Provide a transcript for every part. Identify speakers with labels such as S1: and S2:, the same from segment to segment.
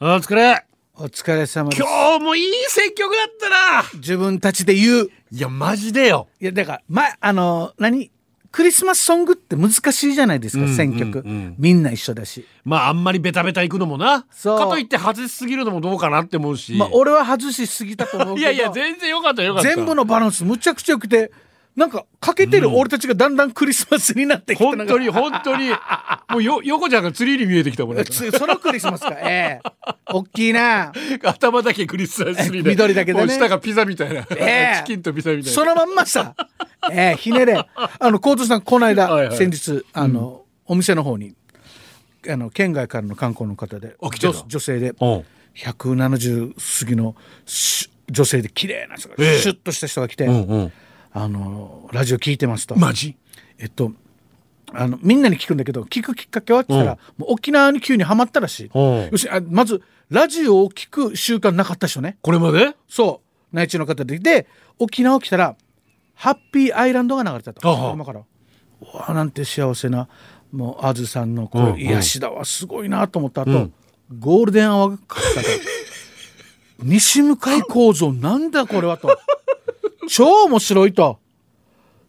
S1: お疲れ
S2: お疲れ様です
S1: 今日もいい選曲だったな
S2: 自分たちで言う
S1: いやマジでよ
S2: いやだから、ま、あの何クリスマスソングって難しいじゃないですか、
S1: うん
S2: 選曲、
S1: うんうん
S2: みんな一緒だし、
S1: まああんまりベタベタいくのもな
S2: そう
S1: かといって外しすぎるのもどうかなって思うし、
S2: まあ、俺は外しすぎたと思うけ
S1: いや
S2: ど
S1: いや全然よかったよかった
S2: 全部のバランスむちゃくちゃ良くてなんか欠けてる俺たちがだんだんクリスマスになってきて、
S1: 本当に本当にもうよ横ちゃんがツリーに見えてきたもんね
S2: つ そのクリスマスかええおっきいな
S1: 頭だけクリスマスツリーで
S2: 緑だけでね
S1: もう下がピザみたいな、
S2: ええ
S1: チキンとピザみたい
S2: そ
S1: な
S2: のまん まさ、ええひねれあのコートさんこの間
S1: はいはい
S2: 先日あの、お店の方にあの県外からの観光の方で
S1: あ来てた
S2: 女女性で
S1: うん
S2: 170過ぎのし女性で綺麗な人が、
S1: ええ
S2: シュッとした人が来て、
S1: うん
S2: あのラジオ聞いてますと、
S1: マジ
S2: えっとあのみんなに聞くんだけど聞くきっかけはって言ったら、もう沖縄に急にはまったらしい、
S1: うん
S2: 要するにあまずラジオを聞く習慣なかった人ね
S1: これまで
S2: そう内地の方でで沖縄来たらハッピーアイランドが流れてた
S1: あは
S2: と今からうわなんて幸せなもうあずさんの
S1: うんう
S2: こ
S1: ん
S2: う癒しだわすごいなと思った後、ゴールデンアワーがかかったと 西向かい構造なんだこれはと超面白いと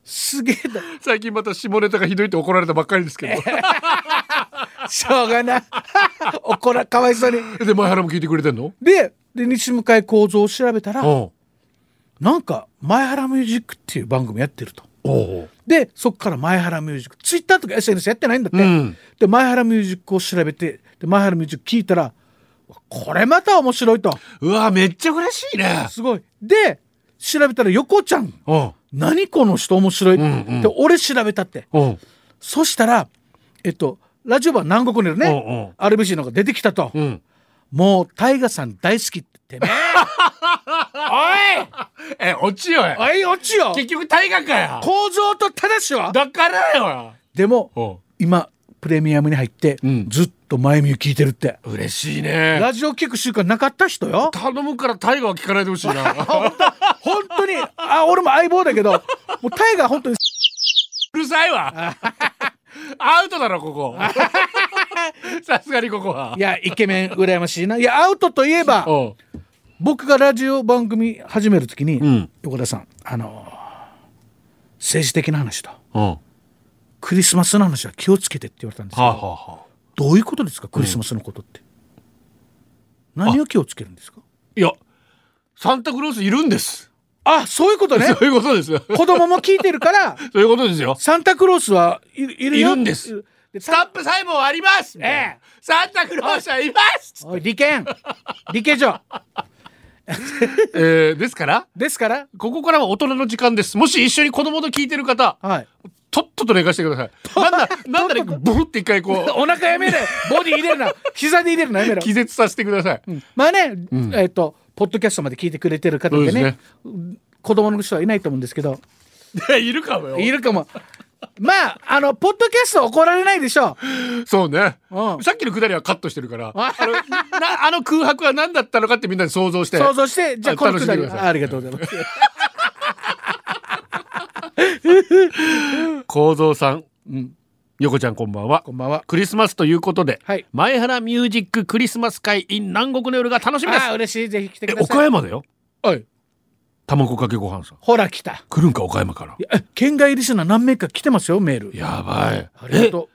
S2: すげえだ
S1: 最近また下ネタがひどいって怒られたばっかりですけ
S2: しょうがない 怒らかわいそうに
S1: どで前原も聞いてくれてんの
S2: でで西向かい構造を調べたら
S1: お
S2: なんか「前原ミュージック」っていう番組やってると。
S1: お
S2: でそこから「前原ミュージック」ツイッターとか SNS やってないんだって、
S1: うん
S2: で「前原ミュージック」を調べてで「前原ミュージック」聞いたらこれまた面白いと
S1: うわめっちゃ嬉しいね
S2: すごいで調べたら横ちゃん
S1: うん
S2: 何この人面白い、
S1: んうん
S2: で俺調べたって
S1: うん
S2: そしたらえっとラジオ版南国にいるね、
S1: うんうん
S2: RBC の方が出てきたと、
S1: うん
S2: もう大ガさん大好きっ てね
S1: え落ちよ
S2: おい落ちよ
S1: 結局大河かよ
S2: 構造と正しは
S1: だからよ
S2: でも
S1: お
S2: 今プレミアムに入って、
S1: うん
S2: ずっと前見聞いてるって
S1: 嬉しいね
S2: ラジオ聞く習慣なかった人よ
S1: 頼むから大河は聞かないでほしい な
S2: 本当にあ俺も相棒だけどもうタイガー本当に
S1: うるさい わアウトだろこ こさすがにここはい
S2: やイケメン羨ましいないやアウトといえば
S1: お
S2: 僕がラジオ番組始める時に、
S1: ん
S2: 横田さんあのー政治的な話と
S1: うんは
S2: クリスマスの話は気をつけてって言われたんです
S1: あ
S2: よ
S1: はあはあ
S2: どういうことですかクリスマスのことって、何を気をつけるんですか
S1: いやサンタクロースいるんです
S2: あそういうことね
S1: そういうこと ですよ
S2: 子供も聞いてる から
S1: そういうことですよ
S2: サンタクロースはいるいるよ
S1: いるんです
S2: で
S1: スタンプ細胞ありますみたいな
S2: ええ
S1: サンタクロースはいます
S2: おい利権利権上
S1: えーですから
S2: ですから
S1: ここからは大人の時間ですもし一緒に子供と聞いてる方
S2: はい
S1: とっとと寝かしてください なんだなんだねブルって一回こう
S2: お腹やめろよボディ入れる な膝で入れるなや めろ
S1: 気絶させてください
S2: まあね、えっ、とポッドキャストまで聞いてくれてる方で
S1: そうで
S2: ね子供の人はいないと思うんですけど
S1: いやいるかもよ
S2: いるかもまああのポッドキャスト怒られないでしょ
S1: そうね、
S2: うん
S1: さっきのくだりはカットしてるからあのなあの空白は何だったのかってみんなで想像して
S2: う想像してじゃあ
S1: あ
S2: このくだり
S1: 楽しんでください
S2: あありがとうございます
S1: 構造さん、横ちゃんこんばんは
S2: こんばんは
S1: クリスマスということで、
S2: はい
S1: 前原ミュージッククリスマス会 in 南国の夜が楽しみです
S2: ああ嬉しいぜひ来て
S1: え
S2: くだ
S1: 岡
S2: さい
S1: 山だよ
S2: はい
S1: 卵かけご飯さん
S2: ほら来た
S1: 来るんか岡山から
S2: いやえ県外リスナー何名か来てますよメール
S1: やばい
S2: ありがと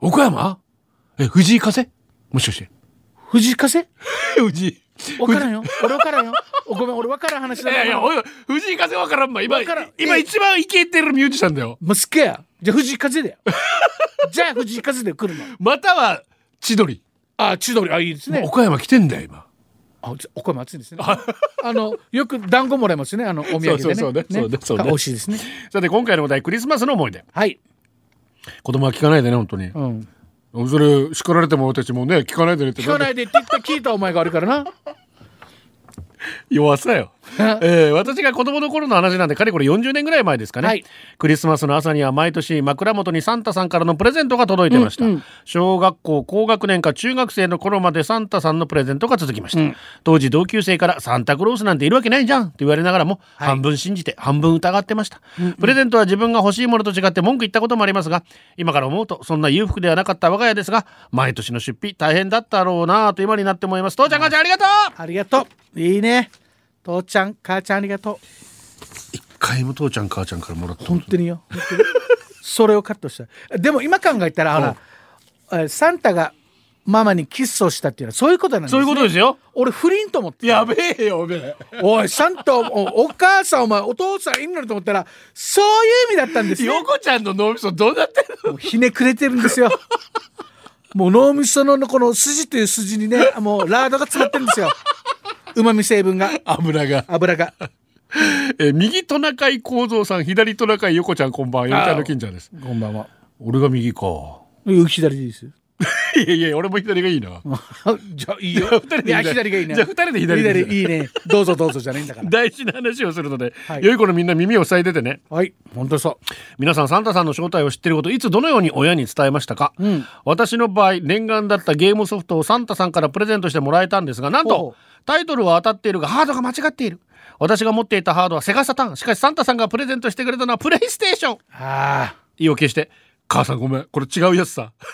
S2: う
S1: え岡山え藤井風もしかして
S2: 藤井風
S1: 藤井
S2: わからんよ俺わからんよおごめん俺わからん話
S1: い
S2: だ
S1: やいやおい藤井風わからんま今
S2: わからん
S1: 今
S2: え
S1: 一番イケてるミュージシャンだよ
S2: マスケやじゃあ藤井風だよ じゃあ藤井風で来るの
S1: または千鳥
S2: あ千鳥あいいですね
S1: 岡山来てんだよ今
S2: あ、じゃお米も熱いですね。あの、よく団子もらいますね。あの、お土産でね。
S1: そうそうそうねそうねそうね
S2: あ美味しいですね。
S1: さて今回のお題クリスマスの思い出
S2: はい。
S1: 子供は聞かないでね本当に
S2: うん。
S1: それ叱られても俺たちもね聞かないでねって
S2: 聞かないでって言った聞いたお前があるからな。
S1: 弱さよえー私が子供の頃の話なんでかれこれ40年ぐらい前ですかね、
S2: はい
S1: クリスマスの朝には毎年枕元にサンタさんからのプレゼントが届いてました、
S2: うんうん
S1: 小学校高学年か中学生の頃までサンタさんのプレゼントが続きました、
S2: うん
S1: 当時同級生から「サンタクロースなんているわけないじゃん」って言われながらも半分信じて半分疑ってました、プレゼントは自分が欲しいものと違って文句言ったこともありますが今から思うとそんな裕福ではなかった我が家ですが毎年の出費大変だったろうなぁと今になって思います父ちゃん母ちゃんありがとう
S2: ありがとういいね父ちゃん母ちゃんありがとう
S1: 一回も父ちゃん母ちゃんからもらった
S2: 本当によ本当にそれをカットしたでも今考えたらほら、えーサンタがママにキスをしたっていうのはそういうことなんです、
S1: そう
S2: ね、
S1: いうことですよ
S2: 俺不倫と思ってた
S1: やべえよおめえ
S2: おいサンタおお母さんお前お父さんいるのにと思ったらそういう意味だったんですよ
S1: 横ちゃんの脳みそどうなってる
S2: もうひねくれてるんですよ。もう脳みそのこの筋という筋にね、もうラードが詰まってるんですよ。うまみ成分が、
S1: 油が、
S2: 油が。
S1: えー右トナカイ構造さん左トナカイ横ちゃんこんばんは横ちゃんの金ちゃんです
S2: こんばんは。
S1: 俺が右か
S2: 左でいいですよ。
S1: いやいや俺も左がいいな
S2: じゃあいいよ。
S1: じゃあ二人で左
S2: いや左がいいね。
S1: じゃあ二人で左で
S2: いいね。どうぞどうぞじゃないんだから。
S1: 大事な話をするので、
S2: はい
S1: 良い子のみんな耳を塞いでてね
S2: はい、本当そう。
S1: 皆さんサンタさんの正体を知っていることいつどのように親に伝えましたか、
S2: うん
S1: 私の場合念願だったゲームソフトをサンタさんからプレゼントしてもらえたんですがなん
S2: ほう
S1: とタイトルは当たっているがハードが間違っている私が持っていたハードはセガサターンしかしサンタさんがプレゼントしてくれたのはプレイステーション
S2: ああ。
S1: 意を決して「母さんごめんこれ違うやつさ」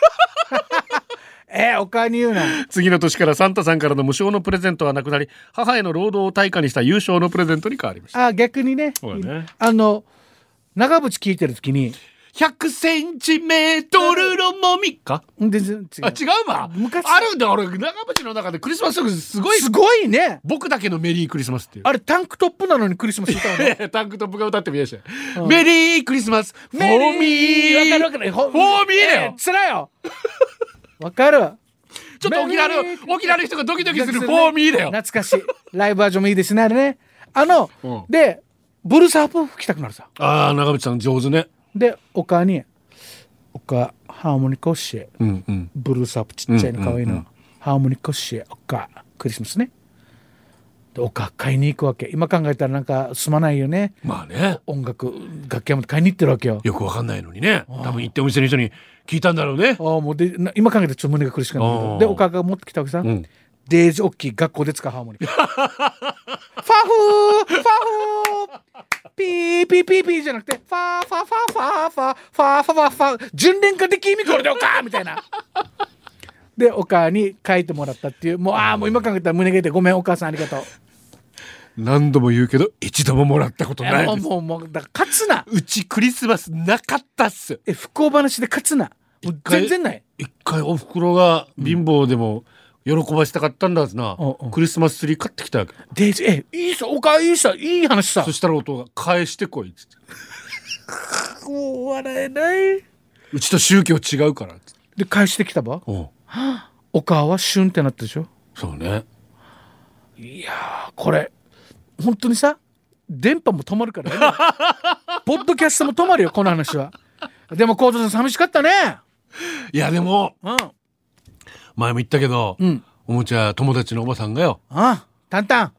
S2: えー、おかに言うな。
S1: 次の年からサンタさんからの無償のプレゼントはなくなり母への労働を対価にした優勝のプレゼントに変わりました
S2: あー逆にね。
S1: そうだね
S2: あの、長渕聞いてる時に、
S1: 100センチメートルのもみか
S2: 全然違う。
S1: あ違うわ
S2: 昔
S1: あるんだ俺長渕の中でクリスマスソングすごい
S2: すごいね。
S1: 僕だけのメリークリスマスっていう
S2: あれタンクトップなのにクリスマス歌う の。
S1: タンクトップが歌ってみました、
S2: うん
S1: メリークリスマスフォ
S2: メ
S1: ーミ
S2: リーわかるわか
S1: ー
S2: る。フォ
S1: フォーミーだよ
S2: つらよ。わかる。
S1: ちょっと沖縄の
S2: メリー
S1: 沖縄の人がドキドキするフォーミーだよ
S2: 懐かしい。ライブバージョンもいいですねあれね。あの、
S1: うん
S2: でブルースハープ吹きたくなるさ。
S1: ああ長渕さん上手ね
S2: でお母にお母ハーモニカ教え
S1: うんうん
S2: ブルースハープちっちゃいの可愛いの、
S1: うんうん
S2: ハーモニカ教えお母クリスマスね。でお母買いに行くわけ。今考えたらなんかすまないよね。
S1: まあね
S2: 音楽楽器屋も買いに行ってるわけよ。
S1: よくわかんないのにね多分行ってお店の人に聞いたんだろうね
S2: ああもうでな今考えたらちょっと胸が苦しくなるんだけ
S1: ああ
S2: どでお母が持ってきたわけさ、
S1: ん
S2: デージ大きい学校で使うハーモニカファフーファフーピーピーピーピーじゃなくてファーファファファファファファファファ純恋歌的意味これでお母みたいなでお母に書いてもらったっていうもうああもう今考えたら胸が痛いごめんお母さんありがとう
S1: 何度も言うけど一度ももらったこと
S2: いや
S1: ない
S2: もう
S1: です
S2: もうもうだから勝つな
S1: うちクリスマスなかったっす
S2: え不幸話で勝つなもう全然ない
S1: 一回おふくろが貧乏でも喜ばしたかったんだはずな、
S2: うんうん
S1: クリスマスツリー買ってきたわけ、
S2: デージえいいさお母いいさいい話さ
S1: そしたら弟が「返してこい」っつって
S2: もう笑えない
S1: 「うちと宗教違うから」っつって
S2: で返してきたば
S1: おう
S2: お母はシュンってなったでしょ
S1: そうね
S2: いやーこれ本当にさ電波も止まるから ねポッドキャストも止まるよこの話はでもコートさん寂しかったね
S1: いやでも
S2: うん
S1: 前も言ったけど、
S2: うん
S1: おもちゃ友達のおばさんがよ
S2: あタンタン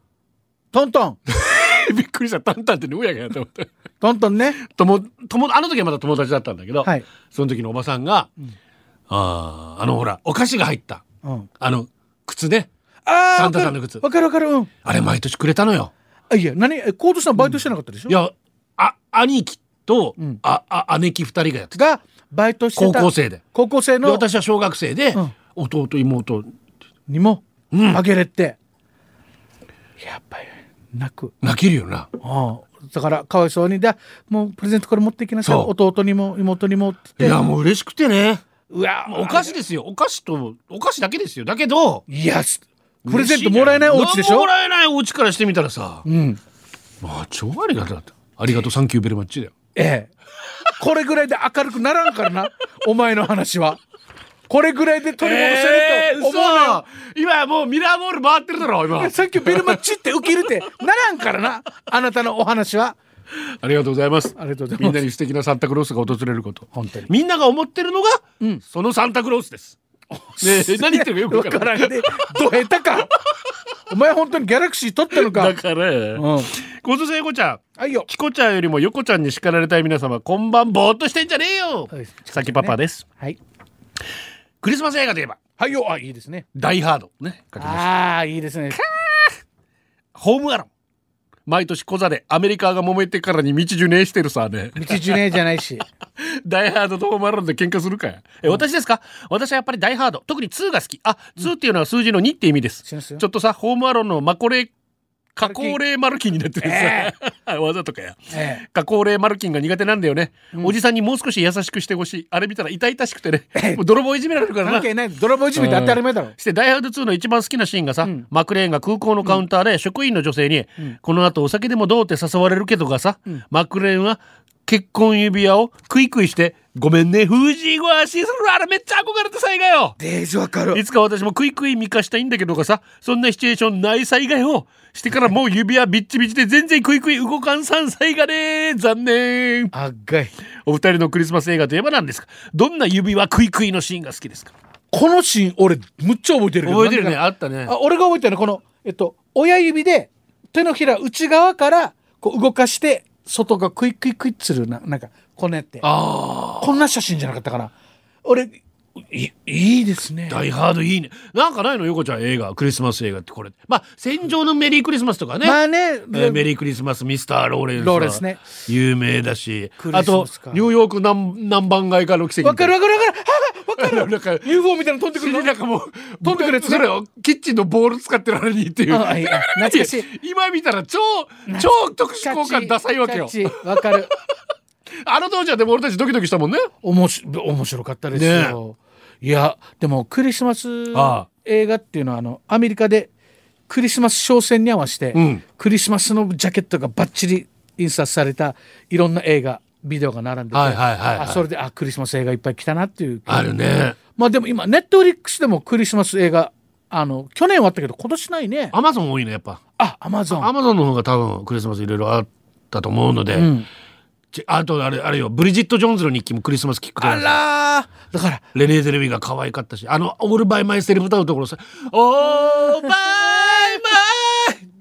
S2: トントン
S1: びっくりしたタンタンって親がやと 思って
S2: トントンね
S1: ともともあの時はまだ友達だったんだけど、
S2: はい
S1: その時のおばさんが「あーあのほらお菓子が入った
S2: うん
S1: あの靴ね
S2: あー
S1: サンタさん
S2: わ
S1: の
S2: か
S1: 靴
S2: るわかるわかるうん
S1: あれ毎年くれたのよ。
S2: あいや何えコートさんバイトしてなかったでしょ、
S1: いやあ兄貴と、
S2: うん
S1: ああ姉貴二人がやってた
S2: がバイトして
S1: 高
S2: た
S1: 校生で
S2: 高校生
S1: で
S2: の
S1: 私は小学生で、
S2: うん
S1: 弟妹
S2: にも
S1: うん
S2: あげれって、やっぱり泣く
S1: 泣けるよな
S2: ああだからかわいそうにだもうプレゼントこれ持っていきなさい
S1: そう
S2: 弟にも妹にもって
S1: い
S2: 言って
S1: やもう嬉しくてね
S2: うわ
S1: お菓子ですよお菓子とお菓子だけですよだけど
S2: いやすプレゼントもらえないお家でし
S1: 何も
S2: ょ
S1: もらえないお家からしてみたらさ、
S2: うん
S1: まあ超ありがたかったありがとうサンキューベルマッチだよ
S2: ええこれぐらいで明るくならんからなお前の話はこれぐらいで取り戻せると思うなよ、
S1: 今もうミラーボール回ってるだろ今
S2: さっきベルマッチって受け入れてならんからなあなたのお話は
S1: ありがとうございます
S2: ありがとうございます
S1: みんなに素敵なサンタクロースが訪れること
S2: 本当に
S1: みんなが思ってるのが、
S2: うん
S1: そのサンタクロースですねえ何言ってるかよくわからない
S2: わからんで、ど下手か。お前本当にギャラクシー取ったのか
S1: だ。から、
S2: う
S1: ご
S2: ん。
S1: ずせいこちゃん
S2: はいよ。
S1: チコちゃんよりもヨコちゃんに叱られたい皆様こんばんぼーっとしてんじゃねえよ
S2: はい
S1: さきパパです
S2: はい。
S1: クリスマス映画といえば
S2: はいよ。あ、いいですね。
S1: 「ダイ・ハード」ね書きました
S2: ああ、いいですね。
S1: ホームアロン毎年小座でアメリカが揉めてからに道順ねしてるさね
S2: 道ジュネじゃないし。
S1: ダイハードとホームアローンで喧嘩するかいえ、私ですか私はやっぱりダイハード。特に2が好き。あ、2っていうのは数字の2って意味です。
S2: しますよ
S1: ちょっとさ、ホームアローンのマコレ、加工霊マルキンになってる
S2: え
S1: さ。 わざとかや。
S2: ええ
S1: 加工霊マルキンが苦手なんだよね。おじさんにもう少し優しくしてほしい。あれ見たら痛々しくてね。もう泥棒いじめられるからな
S2: 関。係ない。泥棒いじめって当たり前だろ。
S1: して「ダイハード2」の一番好きなシーンがさ、マクレーンが空港のカウンターで職員の女性に「この後お酒でもどう?」って誘われるけどがさ、マクレーンは結婚指輪をクイクイして「ごめんね藤井越しするあれめっちゃ憧れた災害よ
S2: デージわか る
S1: い。つか私もクイクイ見かしたいんだけどがさそんなシチュエーションない災害をしてからもう指輪ビッチビチで全然クイクイ動かんさん災害ね残念
S2: あっがい。
S1: お二人のクリスマス映画といえば何ですかどんな指輪クイクイのシーンが好きですか
S2: このシーン、俺、むっちゃ覚えてるけど
S1: 覚えてるねあったね
S2: あ俺が覚えてるのはこの、えっと、親指で手のひら内側からこう動かして外がクイックイクイッつるななんかこんなやって
S1: ああ
S2: こんな写真じゃなかったかな俺いいいですね
S1: ダイハードいいね。なんかないの横ちゃん映画、クリスマス映画ってこれ。まあ、戦場のメリークリスマスとかね。
S2: まあね、
S1: えーメリークリスマス、ミスター・ローレンス。
S2: ローレンスね。
S1: 有名だし
S2: ク。リ
S1: あ
S2: スマ
S1: と
S2: スか、
S1: ニューヨーク南南番街からの奇跡
S2: わ
S1: みた
S2: か
S1: い
S2: る
S1: な。
S2: わかるわかるあわかる
S1: なんか、
S2: UFO みたいなの飛んで
S1: 死
S2: く
S1: に
S2: る
S1: な
S2: の
S1: んかもう、
S2: 飛んでくるやつね
S1: それをキッチンのボール使ってるあれにっていう。
S2: あはいあ懐かしい
S1: 今見たら超、超特殊効果ダサいわけよ。
S2: キャッチわかる
S1: あの当時はでも俺たちドキドキしたもんね。
S2: おもし面白かったですよ、いやでもクリスマス
S1: ああ
S2: 映画っていうのはあのアメリカでクリスマス商戦に合わせて、
S1: うん
S2: クリスマスのジャケットがバッチリ印刷されたいろんな映画ビデオが並んでて、
S1: はいはいはいはい
S2: あそれであクリスマス映画いっぱい来たなっていう
S1: あるね。
S2: まあでも今ネットフリックスでもクリスマス映画あの去年はあったけど今年ないね
S1: アマゾン多いね、やっぱ。
S2: あアマゾ
S1: ア
S2: ン
S1: マゾンの方が多分クリスマスいろいろあったと思うので、ちあとあれあれよブリジット・ジョーンズの日記もクリスマスキックと
S2: あらーだから
S1: レネーゼ・レビが可愛かったしあの「オール・バイ・マイ・セルフ」歌うところさ「オー・バイ・マ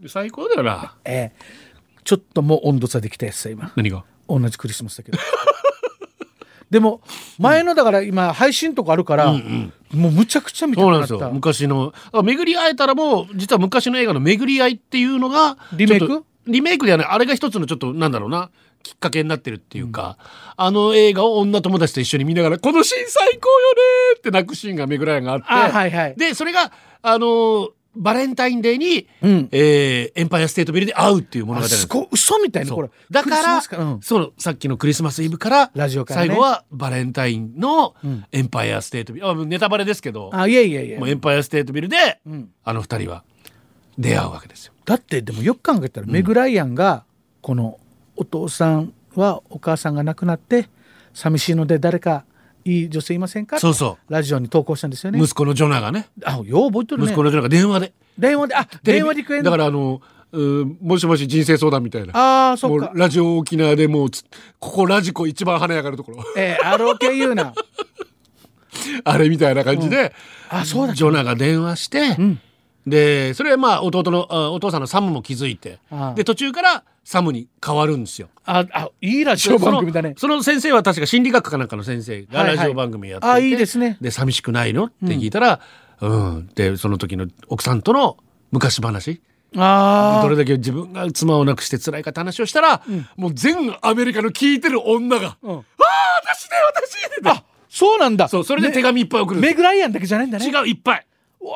S1: イ」最高だよな
S2: えーちょっともう温度差できたやつさ今
S1: 何が
S2: 同じクリスマスだけど でも前のだから今配信とかあるから、もうむちゃくちゃ見た
S1: そう
S2: く
S1: なん
S2: なっ
S1: です
S2: た
S1: よ昔のあ巡り会えたらもう実は昔の映画の「巡り会い」っていうのが
S2: リメイク
S1: ちょっとリメイクではないあれが一つのちょっとなんだろうなきっかけになってるっていうか、あの映画を女友達と一緒に見ながら「このシーン最高よね!」って泣くシーンが巡り会いがあって
S2: あはいはい
S1: でそれがあのーバレンタインデーに、
S2: うん
S1: えーエンパイアステートビルで会うっていう物語なんです
S2: すごい嘘みたいな
S1: そう
S2: これ
S1: だ
S2: クリ
S1: か
S2: スマ
S1: ら
S2: スうん
S1: そのさっきのクリスマスイブから
S2: ラジオからね
S1: 最後はバレンタインの
S2: ん
S1: エンパイアステートビル、あもうネタバレですけど
S2: あいやいやいや
S1: もうエンパイアステートビルで、
S2: ん
S1: あの二人は出会うわけですよ。
S2: だってでもよく考えたら、メグライアンがこのお父さんはお母さんが亡くなって寂しいので誰かいい女性いませんか
S1: そうそ
S2: ラジオに投稿したんですよ
S1: う
S2: ね
S1: 息子のジョナがね
S2: あよう覚えてるね
S1: 息子のジョナが電話で
S2: 電話であ
S1: テレビ
S2: 電話でくれん
S1: だ
S2: の
S1: からあのうんもしもし人生相談みたいな
S2: ああそっ
S1: も
S2: か
S1: うラジオ沖縄でもうつここラジコ一番華やかなところ。
S2: えー、あろうけ言うな
S1: あれみたいな感じで、
S2: あそうだ
S1: ジョナが電話して、でそれまあ弟のあお父さんのサムも気づいて
S2: ああ
S1: で途中からサムに変わるんですよ。
S2: ああいいラジオ番組だね
S1: そのその先生は確か心理学かなんかの先生が
S2: はいは
S1: ラ
S2: い
S1: ジオ番組やってて、
S2: あいいですね
S1: で寂しくないのって聞いたら、うん、でその時の奥さんとの昔話。
S2: あ
S1: ど
S2: あ
S1: れだけ自分が妻を亡くして辛いかって話をしたら、もう全アメリカの聞いてる女が「
S2: う
S1: あ
S2: ん
S1: あ私ね私ね」って
S2: あそうなんだ
S1: そうそれで手紙いっぱい送るんで
S2: メグライアンだけじゃないんだ
S1: す
S2: ね
S1: 違ういっぱい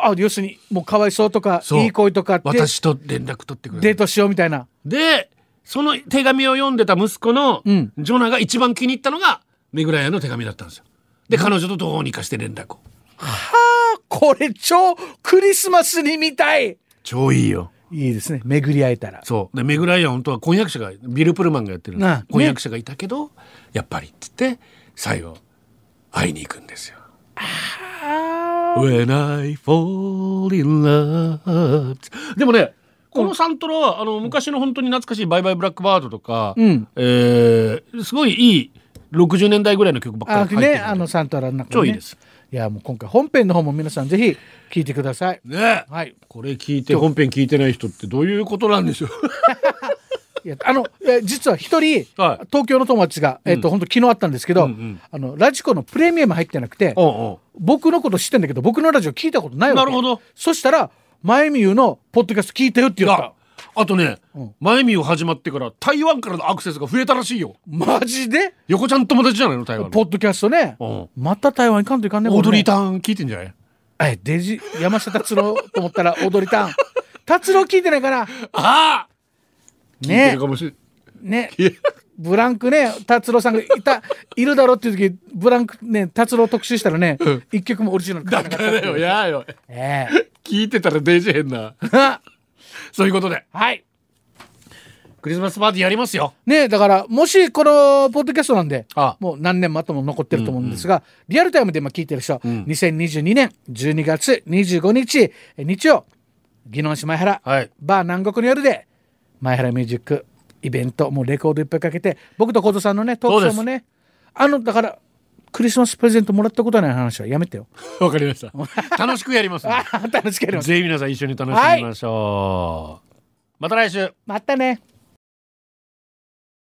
S2: あ要するにもうかわいそうとか
S1: そう
S2: いい恋とかって
S1: 私と連絡取ってくれ
S2: デ
S1: る
S2: ートしようみたいな
S1: でその手紙を読んでた息子の
S2: うん
S1: ジョナが一番気に入ったのがメグライアンの手紙だったんですよで彼女とどうにかして連絡を
S2: はあこれ超クリスマスに見たい
S1: 超いいよ
S2: いいですね巡り会えたら
S1: そうでメグライアン本当は婚約者がビル・プルマンがやってる
S2: なあ
S1: 婚約者がいたけど、やっぱりって言って最後会いに行くんですよ
S2: あ
S1: When I fall in love でもねこのサントラはあの昔の本当に懐かしい「バイバイブラックバード」とか、
S2: うん
S1: えーすごいいい60年代ぐらいの曲ばっかり入
S2: あ
S1: ってるんで
S2: ねあのサントラの中にね
S1: 超いいです
S2: いやもう今回本編の方も皆さんぜひ聞いてください。
S1: ねえ
S2: はい。
S1: これ聞いて本編聞いてない人ってどういうことなんでしょう
S2: いやあのいや実は一人、
S1: はい
S2: 東京の友達がえっ、と、本当昨日あったんですけど、
S1: うんうん
S2: あのラジコのプレミアム入ってなくて、
S1: おう
S2: 僕のこと知ってんだけど僕のラジオ聞いたことないわけ。
S1: なるほど。
S2: そしたら前見ゆのポッドキャスト聞いたよって
S1: おう
S2: 言った
S1: あ。あとね、
S2: ん
S1: 前見を始まってから台湾からのアクセスが増えたらしいよ
S2: マジで？
S1: 横ちゃん友達じゃないの台湾の
S2: ポッドキャストね。
S1: うん
S2: また台湾行かんといかんね。
S1: オードリー
S2: こ
S1: ターン聞いてんじゃない
S2: れねえデジ山下達郎と思ったら踊りたん。達郎聞いてないから。
S1: ああ聞いて
S2: ね
S1: るかもしれ
S2: ね。
S1: ない
S2: ブランクね達郎さんがい たいるだろうっていう時ブランクね達郎特集したらね一、曲もオリジナル書か
S1: だか
S2: なかった
S1: らよやーよ
S2: ええ
S1: 聞いてたらデジ変なそういうことで
S2: はい
S1: クリスマスパーティーやりますよ
S2: ねだからもしこのポッドキャストなんで
S1: あ
S2: もう何年も後も残ってると思うんですが、リアルタイムで今聞いてる人、2022年12月25日え日曜宜野市前原、
S1: はい
S2: バー南国の夜で前原ミュージックイベントもうレコードいっぱいかけて僕と小戸さんのねトークショーもねあのだからクリスマスプレゼントもらったことない話はやめてよ
S1: わかりました楽しくやり ますんで
S2: あ楽しければ
S1: ぜひ皆さん一緒に楽しみましょう、また来週
S2: またね